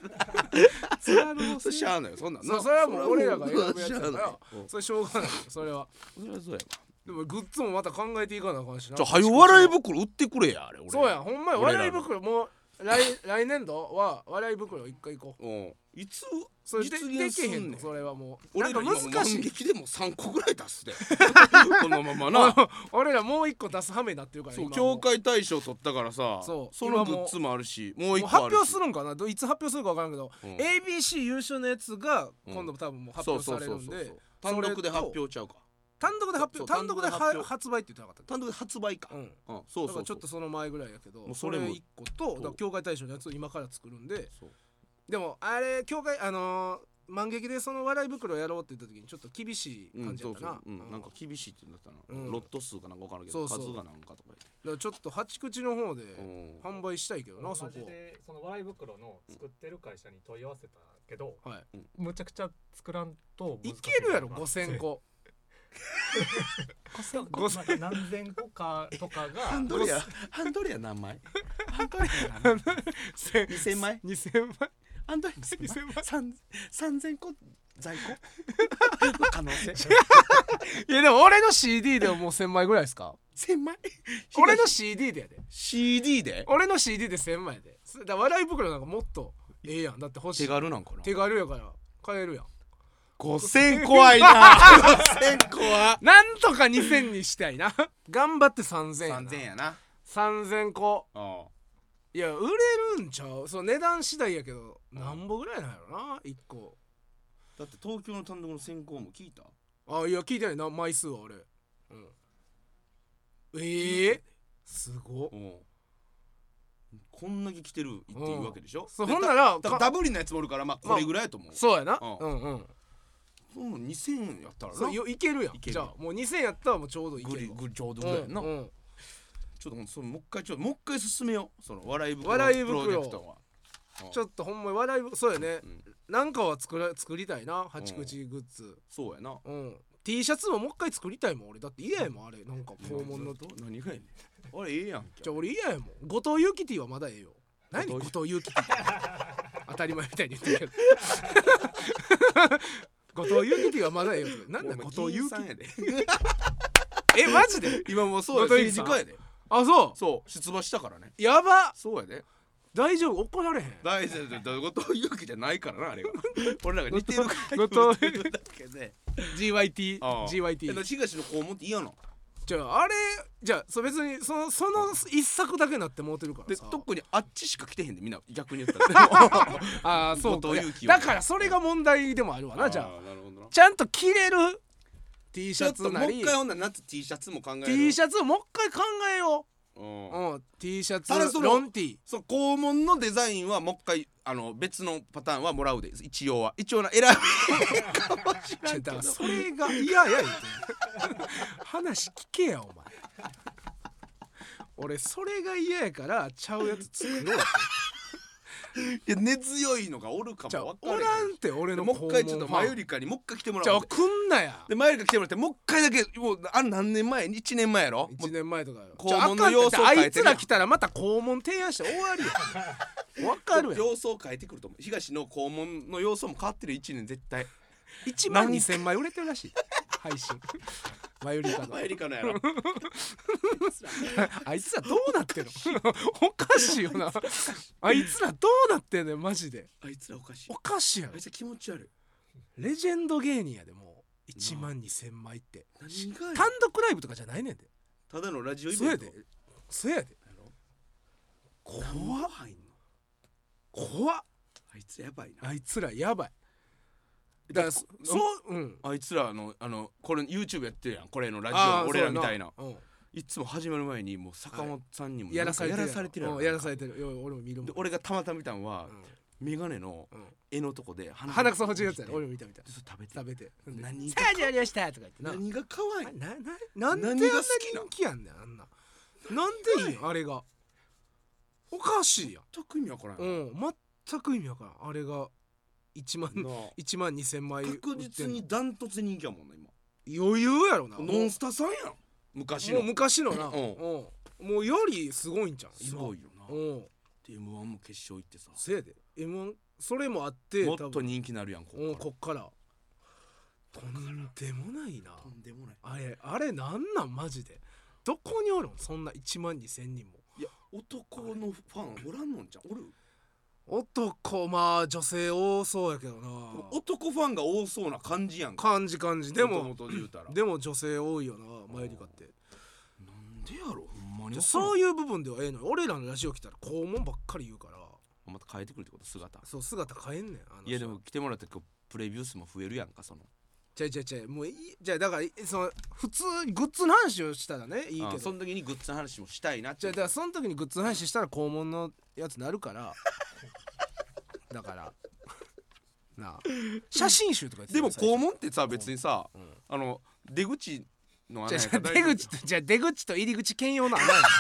Speaker 2: ツアーの
Speaker 1: そ
Speaker 2: せ
Speaker 1: れ
Speaker 2: い
Speaker 1: しゃあないよそんなんな
Speaker 2: そうそれはもう俺らが選ぶやつ
Speaker 1: それ
Speaker 2: や
Speaker 1: はし
Speaker 2: か
Speaker 1: ゃあない
Speaker 2: ら
Speaker 1: うん
Speaker 2: それしょうがないよそれは
Speaker 1: それはそうやわ
Speaker 2: でもグッズもまた考えていかなあかんしな
Speaker 1: じゃあはよ笑い袋売ってくれやあれ俺
Speaker 2: そうやほんまや
Speaker 1: 俺ら
Speaker 2: 笑い
Speaker 1: の
Speaker 2: 袋もう来来年度は笑い袋一回行こう
Speaker 1: うんいつ
Speaker 2: それで
Speaker 1: 実
Speaker 2: で
Speaker 1: 現
Speaker 2: き
Speaker 1: す
Speaker 2: へ
Speaker 1: ん
Speaker 2: ん
Speaker 1: ね
Speaker 2: の
Speaker 1: ん
Speaker 2: それはもうな
Speaker 1: 俺
Speaker 2: ん
Speaker 1: ら
Speaker 2: か
Speaker 1: 今
Speaker 2: 難し
Speaker 1: 万
Speaker 2: い
Speaker 1: 劇でも3個ぐらい 出すでこのままな
Speaker 2: 俺 俺らもう一個出す羽目になってるから
Speaker 1: そう
Speaker 2: 今も
Speaker 1: 協会大賞取ったからさ
Speaker 2: そ
Speaker 1: そうのグッズもあるしもう一
Speaker 2: もう
Speaker 1: 個
Speaker 2: 発
Speaker 1: あるし
Speaker 2: 表するんかなどいつ発表するか分からんけど、
Speaker 1: うん
Speaker 2: ABC 優勝のやつが今度多分もう発表
Speaker 1: そ
Speaker 2: さ
Speaker 1: う
Speaker 2: れ
Speaker 1: そ
Speaker 2: る
Speaker 1: うそ
Speaker 2: ん
Speaker 1: うそう
Speaker 2: で
Speaker 1: そう単独で発
Speaker 2: それと
Speaker 1: 表ちゃうか
Speaker 2: 単独で発
Speaker 1: そう
Speaker 2: 表単独で
Speaker 1: 単独で発
Speaker 2: は
Speaker 1: 表
Speaker 2: 発売って言ってなかった
Speaker 1: 単独で発売か
Speaker 2: う、ん
Speaker 1: うん、そ
Speaker 2: だ
Speaker 1: うそ
Speaker 2: か
Speaker 1: う
Speaker 2: らち
Speaker 1: そ
Speaker 2: ょ
Speaker 1: う
Speaker 2: っとその前ぐらいやけど
Speaker 1: もう
Speaker 2: そ
Speaker 1: そ
Speaker 2: れ
Speaker 1: れも
Speaker 2: 1個と
Speaker 1: う
Speaker 2: だから協会大賞のやつを今から作るんで
Speaker 1: そう
Speaker 2: でもあれ協会あのー、万劇でその笑い袋やろうって言った時にちょっと厳しい
Speaker 1: うん
Speaker 2: 感じや
Speaker 1: そ
Speaker 2: っ
Speaker 1: う
Speaker 2: た
Speaker 1: そ
Speaker 2: な
Speaker 1: う、うん
Speaker 2: う
Speaker 1: なんか厳しいってなったな、
Speaker 2: うん
Speaker 1: ロット数かなんか分からんけ
Speaker 2: そ
Speaker 1: ど
Speaker 2: うそう
Speaker 1: 数がなんかとか
Speaker 2: だからちょっと八口の方で
Speaker 1: 言って、
Speaker 2: 販売したいけどなそ
Speaker 3: マ
Speaker 2: こ
Speaker 3: ジでその笑い袋の作ってる会社に問い合わせたけど、
Speaker 2: はい
Speaker 3: むちゃくちゃ作らんと
Speaker 2: いけるやろ5000
Speaker 3: 個
Speaker 2: 個
Speaker 3: 5000
Speaker 2: 個
Speaker 3: 個なんか何千個かとか が
Speaker 1: ハンドルやハンドルや何枚 ハンドルや何枚2000枚
Speaker 2: 2000枚
Speaker 1: ハンドルや2000枚三3000個在庫 の可能性
Speaker 2: いやでも俺の CD でももう1000枚ぐらいですか
Speaker 1: 1000枚
Speaker 2: 俺の CD でやで
Speaker 1: CD で
Speaker 2: 俺の CD で1000枚やでそだから笑い袋なんかもっとええやんだって欲しい
Speaker 1: 手軽なんかな
Speaker 2: 手軽やから買えるやん
Speaker 1: 5000怖いな5000怖
Speaker 2: なんとか2000にしたいな頑張って3000やな
Speaker 1: 3000やな
Speaker 2: 3000個
Speaker 1: うん
Speaker 2: いや売れるんちゃうその値段次第やけどなんぼぐらいなんやろな1個
Speaker 1: だって東京の単独の選考も聞いた
Speaker 2: あいや聞いてないな枚数は俺、うん、ええすごっ
Speaker 1: うんこんだけ来てるっていうわけでしょ
Speaker 2: そう
Speaker 1: で
Speaker 2: ほんなら
Speaker 1: だからダブリンのやつもおるからまあこれぐらいやと思う、
Speaker 2: そうやな
Speaker 1: う
Speaker 2: うんうん
Speaker 1: その2000やったら
Speaker 2: そ
Speaker 1: な
Speaker 2: うよいけるやん
Speaker 1: いける
Speaker 2: じゃあもう2000やったらもうちょうどいけ
Speaker 1: グリ
Speaker 2: るわ
Speaker 1: グリちょうどぐらいやな、
Speaker 2: うんうん
Speaker 1: ちょっとほんとそのもう一回ちょっともう一回進めようその笑い袋
Speaker 2: 笑い
Speaker 1: プ
Speaker 2: 袋
Speaker 1: ロジェクトは
Speaker 2: ちょっとほんま笑いそうやね、
Speaker 1: うん
Speaker 2: なんかは作ら作りたいな八口グッズ
Speaker 1: そうやな
Speaker 2: うん、T シャツももう一回作りたいもん俺だって嫌やもんあれなんか肛門の
Speaker 1: ど何がやねんあれええやん
Speaker 2: じゃあ俺嫌やもん後藤ユキティはまだええよ何後
Speaker 1: 後藤
Speaker 2: 藤ユキティ 当たり前みたいに言ってるけど後藤ユキティはまだええよなんだ
Speaker 1: お前
Speaker 2: 後藤ユ
Speaker 1: 議
Speaker 2: キ
Speaker 1: 員
Speaker 2: テ
Speaker 1: さん
Speaker 2: ィ
Speaker 1: やで
Speaker 2: えマジで
Speaker 1: 今もうそう
Speaker 2: 後
Speaker 1: や
Speaker 2: 藤議
Speaker 1: 政
Speaker 2: 員さん
Speaker 1: 治家やで
Speaker 2: あそう
Speaker 1: そう出馬したからね
Speaker 2: やば
Speaker 1: そうやで
Speaker 2: 大丈夫怒られへん
Speaker 1: 大丈夫だ後藤祐樹じゃないからなあ れが俺らが似てるから
Speaker 2: 後藤
Speaker 1: 言うてるだけで
Speaker 2: GYT
Speaker 1: ああえ
Speaker 2: GYT
Speaker 1: 東の肛門って嫌なの
Speaker 2: じゃああれじゃあそう別にそのその一作だけなってもうてるから
Speaker 1: で
Speaker 2: さ
Speaker 1: 特にあっちしか来てへんでみんな逆に言った ら
Speaker 2: ああそうか
Speaker 1: 後藤祐樹
Speaker 2: いやだからそれが問題でもあるわなじゃあ
Speaker 1: ーなるほどな
Speaker 2: ちゃんと着れる T シ
Speaker 1: ちょ
Speaker 2: ャ
Speaker 1: っ
Speaker 2: ツ
Speaker 1: とも
Speaker 2: な
Speaker 1: う
Speaker 2: り
Speaker 1: 一回ほんなら夏 T シャツも考える
Speaker 2: T シャツをもう一回考えよ
Speaker 1: うん
Speaker 2: う、うん、T シャツ
Speaker 1: ただその
Speaker 2: ロン T
Speaker 1: そう肛門のデザインはもう一回あの別のパターンはもらうで一応は一応な選びかもしれんけ
Speaker 2: だから
Speaker 1: ど
Speaker 2: それがいやいや 言うてん話聞けやお前俺それが嫌やからちゃうやつ作ろう って
Speaker 1: いや根強いのがおるか
Speaker 2: じゃあ
Speaker 1: も分
Speaker 2: お
Speaker 1: からら
Speaker 2: んって俺
Speaker 1: ん
Speaker 2: の
Speaker 1: もう一回
Speaker 2: 肛
Speaker 1: ちょっ
Speaker 2: 門
Speaker 1: と
Speaker 2: ファン
Speaker 1: マユリカにもう一回来ても
Speaker 2: じゃ
Speaker 1: ら
Speaker 2: あ
Speaker 1: おう
Speaker 2: 来んなや
Speaker 1: でマユリカ来てもらってもう一回だけもうあ何年前に1年前やろも
Speaker 2: 1年前とかよ
Speaker 1: 肛門の様
Speaker 2: じ
Speaker 1: 子
Speaker 2: ゃあ
Speaker 1: を
Speaker 2: あかんって
Speaker 1: 変
Speaker 2: あい
Speaker 1: えて
Speaker 2: つ
Speaker 1: るやん
Speaker 2: ら来たらまた肛門提案して終わり やわかる
Speaker 1: う
Speaker 2: やん
Speaker 1: 様相を変えてくると思う東の肛門の様相も変わってる1年絶対
Speaker 2: 1万2000枚売れてるらしい配 信マユリカの
Speaker 1: マユリカのやろ
Speaker 2: あいつらどうなってんの おかしいよ なあいつらどうなってんのよマジで
Speaker 1: あいつらおかしい
Speaker 2: おかしいやろ
Speaker 1: あいつら気持ち悪い
Speaker 2: レジェンド芸人やでもう1万2000枚って
Speaker 1: 何がや
Speaker 2: 単独ライブとかじゃないねんで
Speaker 1: ただのラジオイ
Speaker 2: そう
Speaker 1: ベ
Speaker 2: や
Speaker 1: ント
Speaker 2: でそうやで
Speaker 1: 怖いの
Speaker 2: 怖っ
Speaker 1: あいつやばいな
Speaker 2: あいつらやばいだからそそううん
Speaker 1: あいつらのあのこれ YouTube やってるやんこれのラジ
Speaker 2: あー
Speaker 1: オ俺らみたいな
Speaker 2: そうや
Speaker 1: いつも始まる前にもう坂本さんに
Speaker 2: う
Speaker 1: も
Speaker 2: んやらされてる
Speaker 1: やらされてるや
Speaker 2: う
Speaker 1: ろ
Speaker 2: んやらされてるよ俺も見るもん
Speaker 1: で俺がたまたま見たんは
Speaker 2: うん
Speaker 1: メガネの
Speaker 2: うん
Speaker 1: 絵のとこで
Speaker 2: 鼻くそほじるやつや
Speaker 1: で
Speaker 2: ろ俺も見た見た
Speaker 1: それ食べて
Speaker 2: 食べて
Speaker 1: 何
Speaker 2: さあ始まりましたとか言ってな
Speaker 1: 何が可愛い
Speaker 2: なななんであん
Speaker 1: 何
Speaker 2: な
Speaker 1: が好きなの
Speaker 2: 人気やんねんあんななんでいいんあれがおかしいやん
Speaker 1: 全く意味わからん
Speaker 2: う
Speaker 1: よ
Speaker 2: ん全く意味わからんあれが1万
Speaker 1: なあ
Speaker 2: 1万2000枚売ってんの
Speaker 1: 確実にダントツで人気やもんな今
Speaker 2: 余裕やろな
Speaker 1: ノンスタさんやん昔
Speaker 2: もう
Speaker 1: の
Speaker 2: 昔のな
Speaker 1: うん
Speaker 2: うんもうよりすごいんじゃん今
Speaker 1: すごいよな
Speaker 2: うん
Speaker 1: で M1 も決勝行ってさ
Speaker 2: せやで M1 それもあって
Speaker 1: もっ
Speaker 2: 多
Speaker 1: と
Speaker 2: 分
Speaker 1: 人気なるやんこ
Speaker 2: うん
Speaker 1: っか
Speaker 2: こっからとんでもないな
Speaker 1: らとんでもない
Speaker 2: あれあれなんなんマジでどこにおるんそんな1万2000人も
Speaker 1: いや男のファンおらんのんじゃんおる
Speaker 2: 男まあ女性多そうやけどな
Speaker 1: 男ファンが多そうな感じやんか
Speaker 2: 感じ感じでも
Speaker 1: 元々で言うたら
Speaker 2: でも女性多いよなマユリカって
Speaker 1: なんでやろほんまに
Speaker 2: そう
Speaker 1: いう
Speaker 2: いう部分ではええのよ俺らのラジオ来たら肛門ばっかり言うから
Speaker 1: また変えてくるってこと姿
Speaker 2: そう姿変えんねんあの人
Speaker 1: いやでも来てもらったらプレビュー数も増えるやんかその
Speaker 2: じゃじゃじゃもういいじゃあだからいその普通グッズの話をしたらねいい
Speaker 1: あ
Speaker 2: け
Speaker 1: ーそ
Speaker 2: ど
Speaker 1: の時にグッズの話もしたいなっ
Speaker 2: じゃ
Speaker 1: て
Speaker 2: あだからその時にグッズの話したら肛門のやつなるから だからなあ写真集とか言ってた
Speaker 1: で
Speaker 2: よ
Speaker 1: も
Speaker 2: 最初
Speaker 1: 肛門ってさ別に
Speaker 2: ん
Speaker 1: さあの出口の穴
Speaker 2: じゃあじ
Speaker 1: やか
Speaker 2: ゃあ
Speaker 1: ら
Speaker 2: 出口とじゃあ出口と入り口兼用の穴やな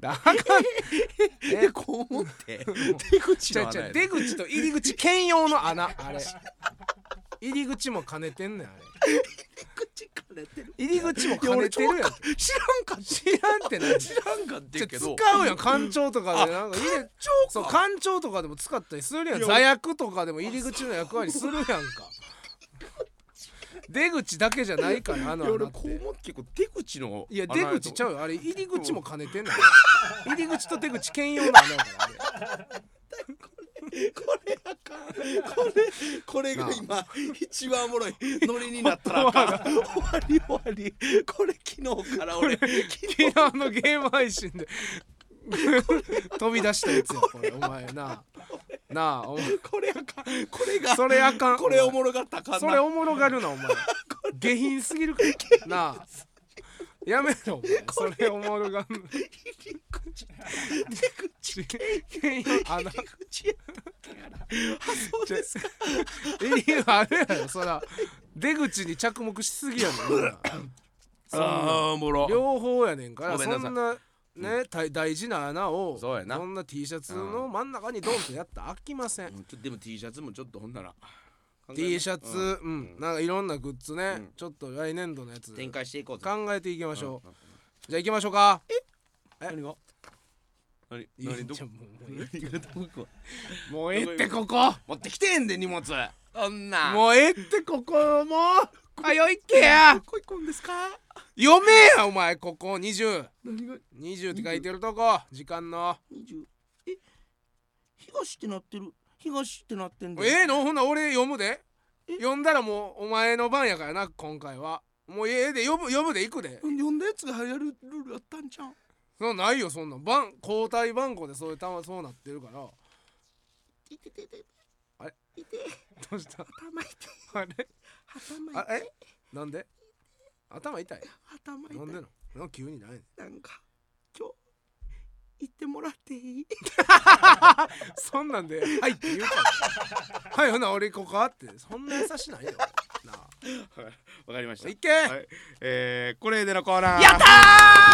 Speaker 2: なあかん
Speaker 1: いや肛門って 出口
Speaker 2: じゃ
Speaker 1: の
Speaker 2: あじ
Speaker 1: 穴
Speaker 2: ゃあ
Speaker 1: や
Speaker 2: 出
Speaker 1: で
Speaker 2: 口と入り口兼用の穴あれ入り口も兼ねてんねんあれ
Speaker 1: 口からてる
Speaker 2: 入り口も
Speaker 1: いや
Speaker 2: 兼ね
Speaker 1: 俺
Speaker 2: てるやん
Speaker 1: ちょっと知らんかって
Speaker 2: 知らんってな
Speaker 1: 知らんかってんけど
Speaker 2: 使うやん官庁とかでなんか入れそう
Speaker 1: か
Speaker 2: 官庁とかでも使ったりするやん
Speaker 1: いや
Speaker 2: 座薬とかでも入り口の役割するやんか出口だけじゃないからあの
Speaker 1: いや俺
Speaker 2: 穴っ
Speaker 1: 肛
Speaker 2: て
Speaker 1: 門って結構出口の
Speaker 2: いや出口ちゃ
Speaker 1: う
Speaker 2: うよあれ入り 口も兼ねてんのよ入り口と出口兼用の穴やからあれ
Speaker 1: れあかんこれこれが今一番おもろいノリになったらあかん終わり終わりこれ昨日から俺昨日
Speaker 2: 昨日のゲーム配信で飛び出したやつやこれお前ななあお前
Speaker 1: これあかんこれが
Speaker 2: それあかん
Speaker 1: これお
Speaker 2: ろ
Speaker 1: もろかったらあかんな
Speaker 2: それおもろがるなお前下品すぎるからなあやめろお前それおもろがん
Speaker 1: 入り口
Speaker 2: 下品穴
Speaker 1: 入り口やったからあそうですか
Speaker 2: 理由あるやろそら出口に着目しすぎやねんなそんな
Speaker 1: あーおもろ
Speaker 2: 両方やねんから
Speaker 1: ごめんな
Speaker 2: そ
Speaker 1: さい
Speaker 2: んなね、大大事な穴を
Speaker 1: そうやな
Speaker 2: こんな T シャツの真ん中にドンとやったら飽きません
Speaker 1: うんちょでも T シャツもちょっとほんなら
Speaker 2: T シャツ、
Speaker 1: うん
Speaker 2: うんなんかいろんなグッズね、
Speaker 1: うん
Speaker 2: ちょっと来年度のやつ
Speaker 1: 展
Speaker 2: 考
Speaker 1: 開していこうぜ
Speaker 2: えていきましょう、
Speaker 1: うん
Speaker 2: じゃあ行きましょうか
Speaker 1: 何が何
Speaker 2: いや
Speaker 1: 何ど
Speaker 2: ちょ
Speaker 1: こ
Speaker 2: もうもう
Speaker 1: 何がどこ
Speaker 2: もうええってここ
Speaker 1: 持ってきてんで荷物そんな
Speaker 2: もうええってここもうあよいっけや
Speaker 1: こいこんですか
Speaker 2: 読めやお前ここ2020
Speaker 1: 何が
Speaker 2: って書いてるとこ時間の
Speaker 1: 二十え東ってなってる東ってなってんだよ
Speaker 2: ええのほんな俺読むで
Speaker 1: え
Speaker 2: 読んだらもうお前の番やからな今回はもうええで読む読むで行くで
Speaker 1: うん呼んだやつが流行るルールあったんじゃん
Speaker 2: そんなんないよそんなん番交代番号でそういうたまそうなってるから ど
Speaker 1: いててて
Speaker 2: あれ
Speaker 1: いて
Speaker 2: うした
Speaker 1: 頭いて
Speaker 2: あれ
Speaker 1: 頭
Speaker 2: あ
Speaker 1: い
Speaker 2: え
Speaker 1: て
Speaker 2: なんで頭痛い
Speaker 1: 頭いて
Speaker 2: なんでのなんか急にないね
Speaker 1: なんか今日行ってもらっていい
Speaker 2: そんなんで「 はい」って言うから はいほな俺行こうかってそんな優しないよな あ
Speaker 1: わかりまし
Speaker 2: いけ、
Speaker 1: いえこれでのコーナ
Speaker 2: やった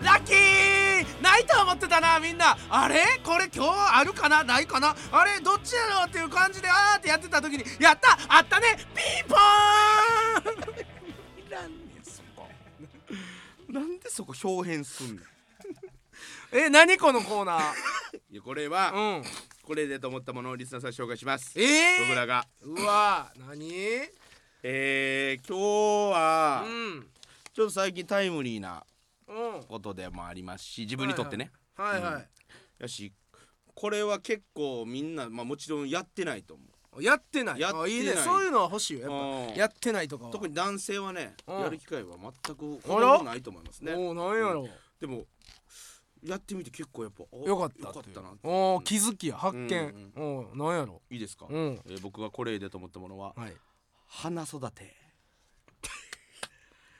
Speaker 2: ーラッキーないと思ってたなみんなあれこれ今日あるかなないかなあれどっちやろうっていう感じであーってやってた時にやったあったねピンポーン
Speaker 1: いらんねんそこなんでそこ表変すんの
Speaker 2: え何このコーナー
Speaker 1: いやこれは、
Speaker 2: うん
Speaker 1: これでと思ったものをリスナーさんに紹介します僕
Speaker 2: え
Speaker 1: らが
Speaker 2: ー、うわ何
Speaker 1: えー、今日は、
Speaker 2: うん
Speaker 1: ちょっと最近タイムリーな
Speaker 2: うん
Speaker 1: ことでもありますし自分にとってね、
Speaker 2: はいはい、
Speaker 1: よしこれは結構みんな、まあ、もちろんやってないと思
Speaker 2: やってない
Speaker 1: やってない
Speaker 2: あいねそういうのは欲しいよやっ
Speaker 1: う
Speaker 2: ぱ
Speaker 1: や
Speaker 2: やってないとかは
Speaker 1: 特に男性はね
Speaker 2: うん
Speaker 1: やる機会は全く
Speaker 2: あ
Speaker 1: ほ
Speaker 2: ら
Speaker 1: ぼないと思います
Speaker 2: ね
Speaker 1: ね
Speaker 2: おおんやろ
Speaker 1: でもやってみて結構やっぱあ
Speaker 2: よかった
Speaker 1: よか
Speaker 2: っ
Speaker 1: って
Speaker 2: いう
Speaker 1: たな
Speaker 2: おお気づきや発見、
Speaker 1: うん
Speaker 2: おおなんやろ
Speaker 1: いいですか、
Speaker 2: うん
Speaker 1: えー僕がこれでと思ったものは、
Speaker 2: はい
Speaker 1: 花育て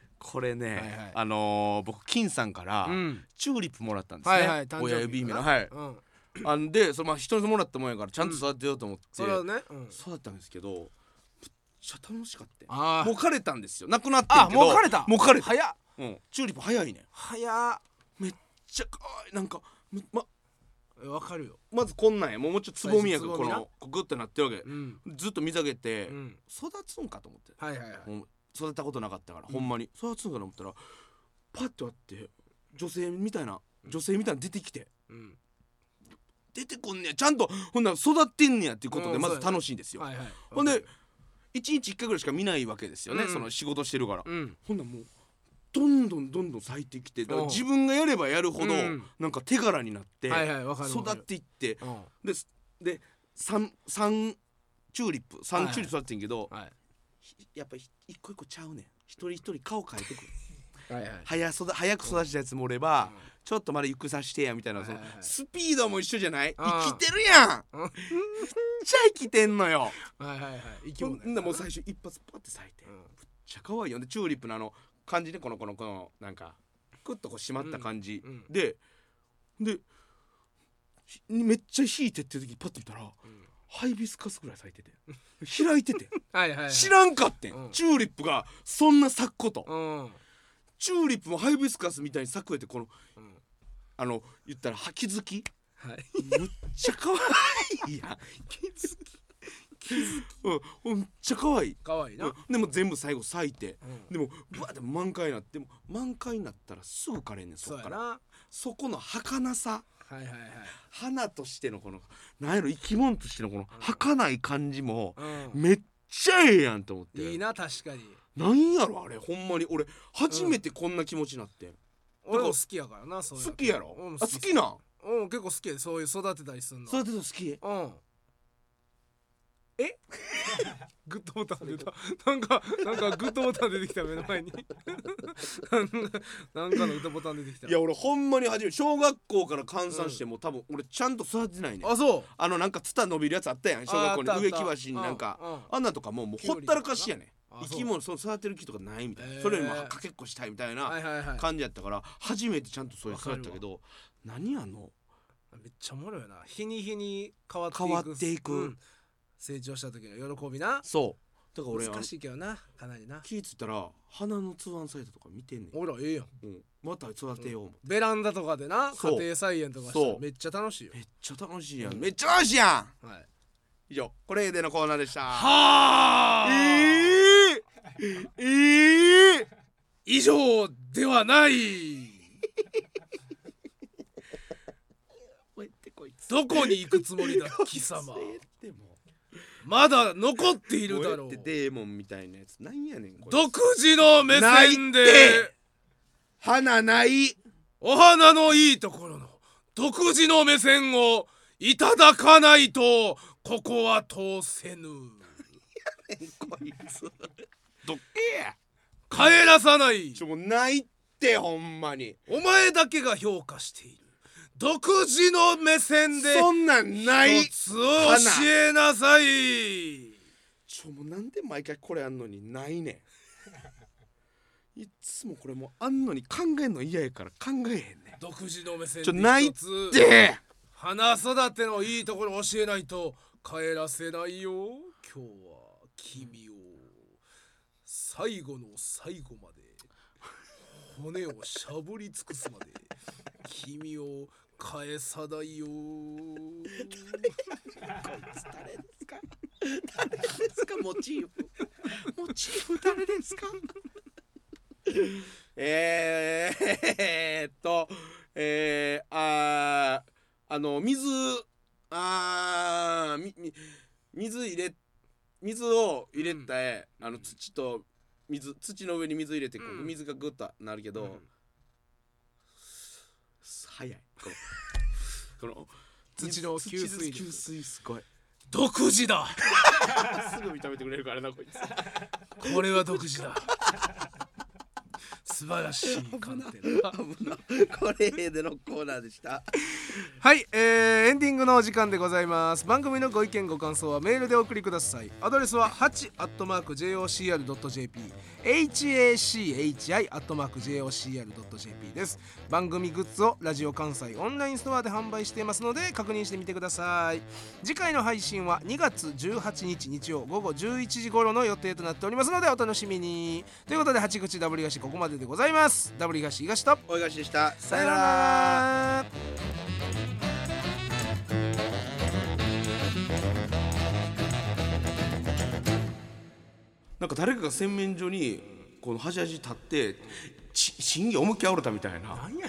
Speaker 1: これね、
Speaker 2: はいはい
Speaker 1: あのー僕金さんから、
Speaker 2: うん
Speaker 1: チューリップもらったんですね、
Speaker 2: はいはい誕生日
Speaker 1: 親指目の
Speaker 2: かな
Speaker 1: はい
Speaker 2: うん
Speaker 1: あんでそのまあ人にもらったもんやからちゃんと育てようと思って、
Speaker 2: それはねうん
Speaker 1: 育てたんですけどめっちゃ楽しかったよ
Speaker 2: あ
Speaker 1: もう
Speaker 2: ー
Speaker 1: 枯れたんですよなくなってん
Speaker 2: あ
Speaker 1: けど
Speaker 2: もう枯れた
Speaker 1: もう枯れた、
Speaker 2: 早っ
Speaker 1: うん、チューリップ早いねめっ
Speaker 2: 早っ
Speaker 1: ちゃ可愛いなんかむま
Speaker 2: えわかるよ
Speaker 1: まずこんなんやもうもうちょっとつぼみやけ
Speaker 2: 最初つぼ
Speaker 1: どこ
Speaker 2: みな
Speaker 1: のこうグッてなってるわけ
Speaker 2: うん
Speaker 1: ずっと水あげて、
Speaker 2: うん
Speaker 1: 育つんかと思って
Speaker 2: はいはいはい
Speaker 1: もう育てたことなかったから、ほんまに育つんかと思ったらパッて割って女性みたいな女性みたいなの出てきて
Speaker 2: うん
Speaker 1: 出てこんねやちゃんとほんなら育ってんねやっていうこと
Speaker 2: う
Speaker 1: で
Speaker 2: ん
Speaker 1: まず楽しいんですよ、
Speaker 2: はいはい
Speaker 1: ほんで一日一回ぐらいしか見ないわけですよね、
Speaker 2: うん
Speaker 1: その仕事してるから、
Speaker 2: うん
Speaker 1: ほんならもうどんどんどんどん咲いてきてだから
Speaker 2: うん
Speaker 1: 自分がやればやるほど
Speaker 2: うん
Speaker 1: なんか手柄になって
Speaker 2: はいはいわかるわ
Speaker 1: 育
Speaker 2: かる
Speaker 1: っていって
Speaker 2: うん
Speaker 1: ですで三三チューリップ
Speaker 2: はい
Speaker 1: 三
Speaker 2: はい
Speaker 1: チューリップ育ってんけど
Speaker 2: はい
Speaker 1: ひやっぱり一個一個ちゃうねん一人一人顔変えてくる
Speaker 2: はいはい
Speaker 1: 早育早く育てたやつもおればちょっとまだゆっくりさしてやみたいなその
Speaker 2: はいはいはい
Speaker 1: スピードも一緒じゃない
Speaker 2: あー
Speaker 1: 生きてるやん
Speaker 2: うん
Speaker 1: めっちゃ生きてんのよ
Speaker 2: はいはいはい生き
Speaker 1: ほ
Speaker 2: 物や
Speaker 1: んならもう最初一発パッて咲いて
Speaker 2: うん
Speaker 1: めっちゃ可愛いよでチューリップのあの感じねこのこのこのなんかクッとこう締まった感じ、
Speaker 2: うんうん
Speaker 1: ででひめっちゃ引いてってる時パッと見たら、ハイビスカスぐらい咲いてて開い てて
Speaker 2: はいはいはい
Speaker 1: 知らんかってん、
Speaker 2: うん
Speaker 1: チューリップがそんな咲くこと、
Speaker 2: うん
Speaker 1: チューリップもハイビスカスみたいに咲くやってこの
Speaker 2: うん
Speaker 1: あの言ったらはきづき
Speaker 2: はい
Speaker 1: むっちゃ可愛いやん気づき気づき うんめっちゃ可愛い
Speaker 2: 可愛いな
Speaker 1: うんでも全部最後咲いて、
Speaker 2: うん
Speaker 1: でもぶわって満開になっても満開になったらすぐ枯れんねんそ
Speaker 2: そう
Speaker 1: っ
Speaker 2: や
Speaker 1: から
Speaker 2: な
Speaker 1: そこの儚さ
Speaker 2: はいはいはい
Speaker 1: 花としてのこのなんやろ生き物としてのこの儚い感じも
Speaker 2: うん
Speaker 1: めっちゃええやんと思って
Speaker 2: いいな確かに
Speaker 1: なんやろあれほんまに俺初めてこんな気持ちになって、
Speaker 2: 俺も好きやからなそういう
Speaker 1: 好きやろ
Speaker 2: うん
Speaker 1: あ好きなん
Speaker 2: うん結構好きやでそういう育てたりすんの
Speaker 1: そういうの好き
Speaker 2: うん えグッドボタン出たなんかなんかグッドボタン出てきた目の前に なんかなんかのグッドボタン出てきた
Speaker 1: いや俺ほんまに初めて小学校から換算しても、多分俺ちゃんと育ててないねん
Speaker 2: あそう
Speaker 1: あのなんかツタ伸びるやつあったやん小学校
Speaker 2: ああっ
Speaker 1: に植
Speaker 2: たあった
Speaker 1: 木橋になんか
Speaker 2: うんうん
Speaker 1: あんなんとかもうもうほったらかしやねん
Speaker 2: あそう
Speaker 1: 生き物その育てる木とかないみたいな、
Speaker 2: へえ
Speaker 1: それよりもかけっこしたいみたい
Speaker 2: は
Speaker 1: ない
Speaker 2: はいはい
Speaker 1: 感じやったから初めてちゃんとそういう育てたけど何あの
Speaker 2: めっちゃおもろいよな日に日に変わっていく
Speaker 1: 変わっていく
Speaker 2: うん成長した時の喜びな
Speaker 1: そうだから俺あの
Speaker 2: 難しいけどなかなりな
Speaker 1: 気ぃついたら花のツアーサイトとか見てんねん、
Speaker 2: ほらええやん
Speaker 1: うん、また育てよう思って
Speaker 2: ベランダとかでな
Speaker 1: そ
Speaker 2: 家
Speaker 1: う
Speaker 2: 庭菜園とかした
Speaker 1: そ
Speaker 2: ら
Speaker 1: う
Speaker 2: めっちゃ楽しいよ
Speaker 1: めっちゃ楽しいやん、
Speaker 2: うん
Speaker 1: めっちゃ楽しいやん
Speaker 2: はい
Speaker 1: 以上これでのコーナーでした
Speaker 2: はあええええ以上ではない
Speaker 1: こうやってこいつ
Speaker 2: どこに行くつもりだ貴様
Speaker 1: こうやっても
Speaker 2: まだ残っているだろ
Speaker 1: こ
Speaker 2: う
Speaker 1: うやってデーモンみたいなやつなんやねんこれ
Speaker 2: 独自の目線
Speaker 1: ないっ
Speaker 2: で
Speaker 1: て花ない
Speaker 2: お花のいいところの独自の目線をいただかないとここは通せぬ
Speaker 1: こいつどっけや
Speaker 2: 帰らさない
Speaker 1: ちょもうないってほんまに
Speaker 2: お前だけが評価している独自の目線で
Speaker 1: そんなんない
Speaker 2: 一つを教えなさい
Speaker 1: ちょもうなんで毎回これあんのにないねんいっつもこれもうあんのに考えんの嫌やから考えへんね
Speaker 2: 独自の目線
Speaker 1: ちょない
Speaker 2: で
Speaker 1: っ
Speaker 2: 一つ
Speaker 1: んで
Speaker 2: 花育てのいいところを教えないと帰らせないよ今日は君を最後の最後まで骨をしゃぶり尽くすまで君を返さないよ
Speaker 1: 誰ですか誰です かモチーフモチーフ誰ですかえー、えーっとえー、あーあの水あーみみ水入れ水を入れたえ、あの土と水土の上に水入れてこう
Speaker 2: うん
Speaker 1: 水がグッとなるけど、
Speaker 2: うん
Speaker 1: 早いこの この
Speaker 2: 土の吸水力
Speaker 1: 水水すごい
Speaker 2: 独自だ
Speaker 1: すぐ認めてくれるからなこいつ
Speaker 2: これは独自だ素晴らしい観点だ
Speaker 1: 危なこれでのコーナーでした
Speaker 2: はい、えーエンディングのお時間でございます番組のご意見ご感想はメールでお送りくださいアドレスは 8-jocr.jp hachi-jocr.jp です番組グッズをラジオ関西オンラインストアで販売していますので確認してみてください次回の配信は2月18日日曜午後11時頃の予定となっておりますのでお楽しみにということで八口ダブリガシここまででございますダブリガシ東と
Speaker 1: おいがしでしたさ
Speaker 2: さ
Speaker 1: よ
Speaker 2: よ
Speaker 1: な
Speaker 2: な
Speaker 1: ら
Speaker 2: ら
Speaker 1: なんか誰かが洗面所にこの端々立ってち審議思いっきりあおれたみたいな
Speaker 2: 何やねんそれ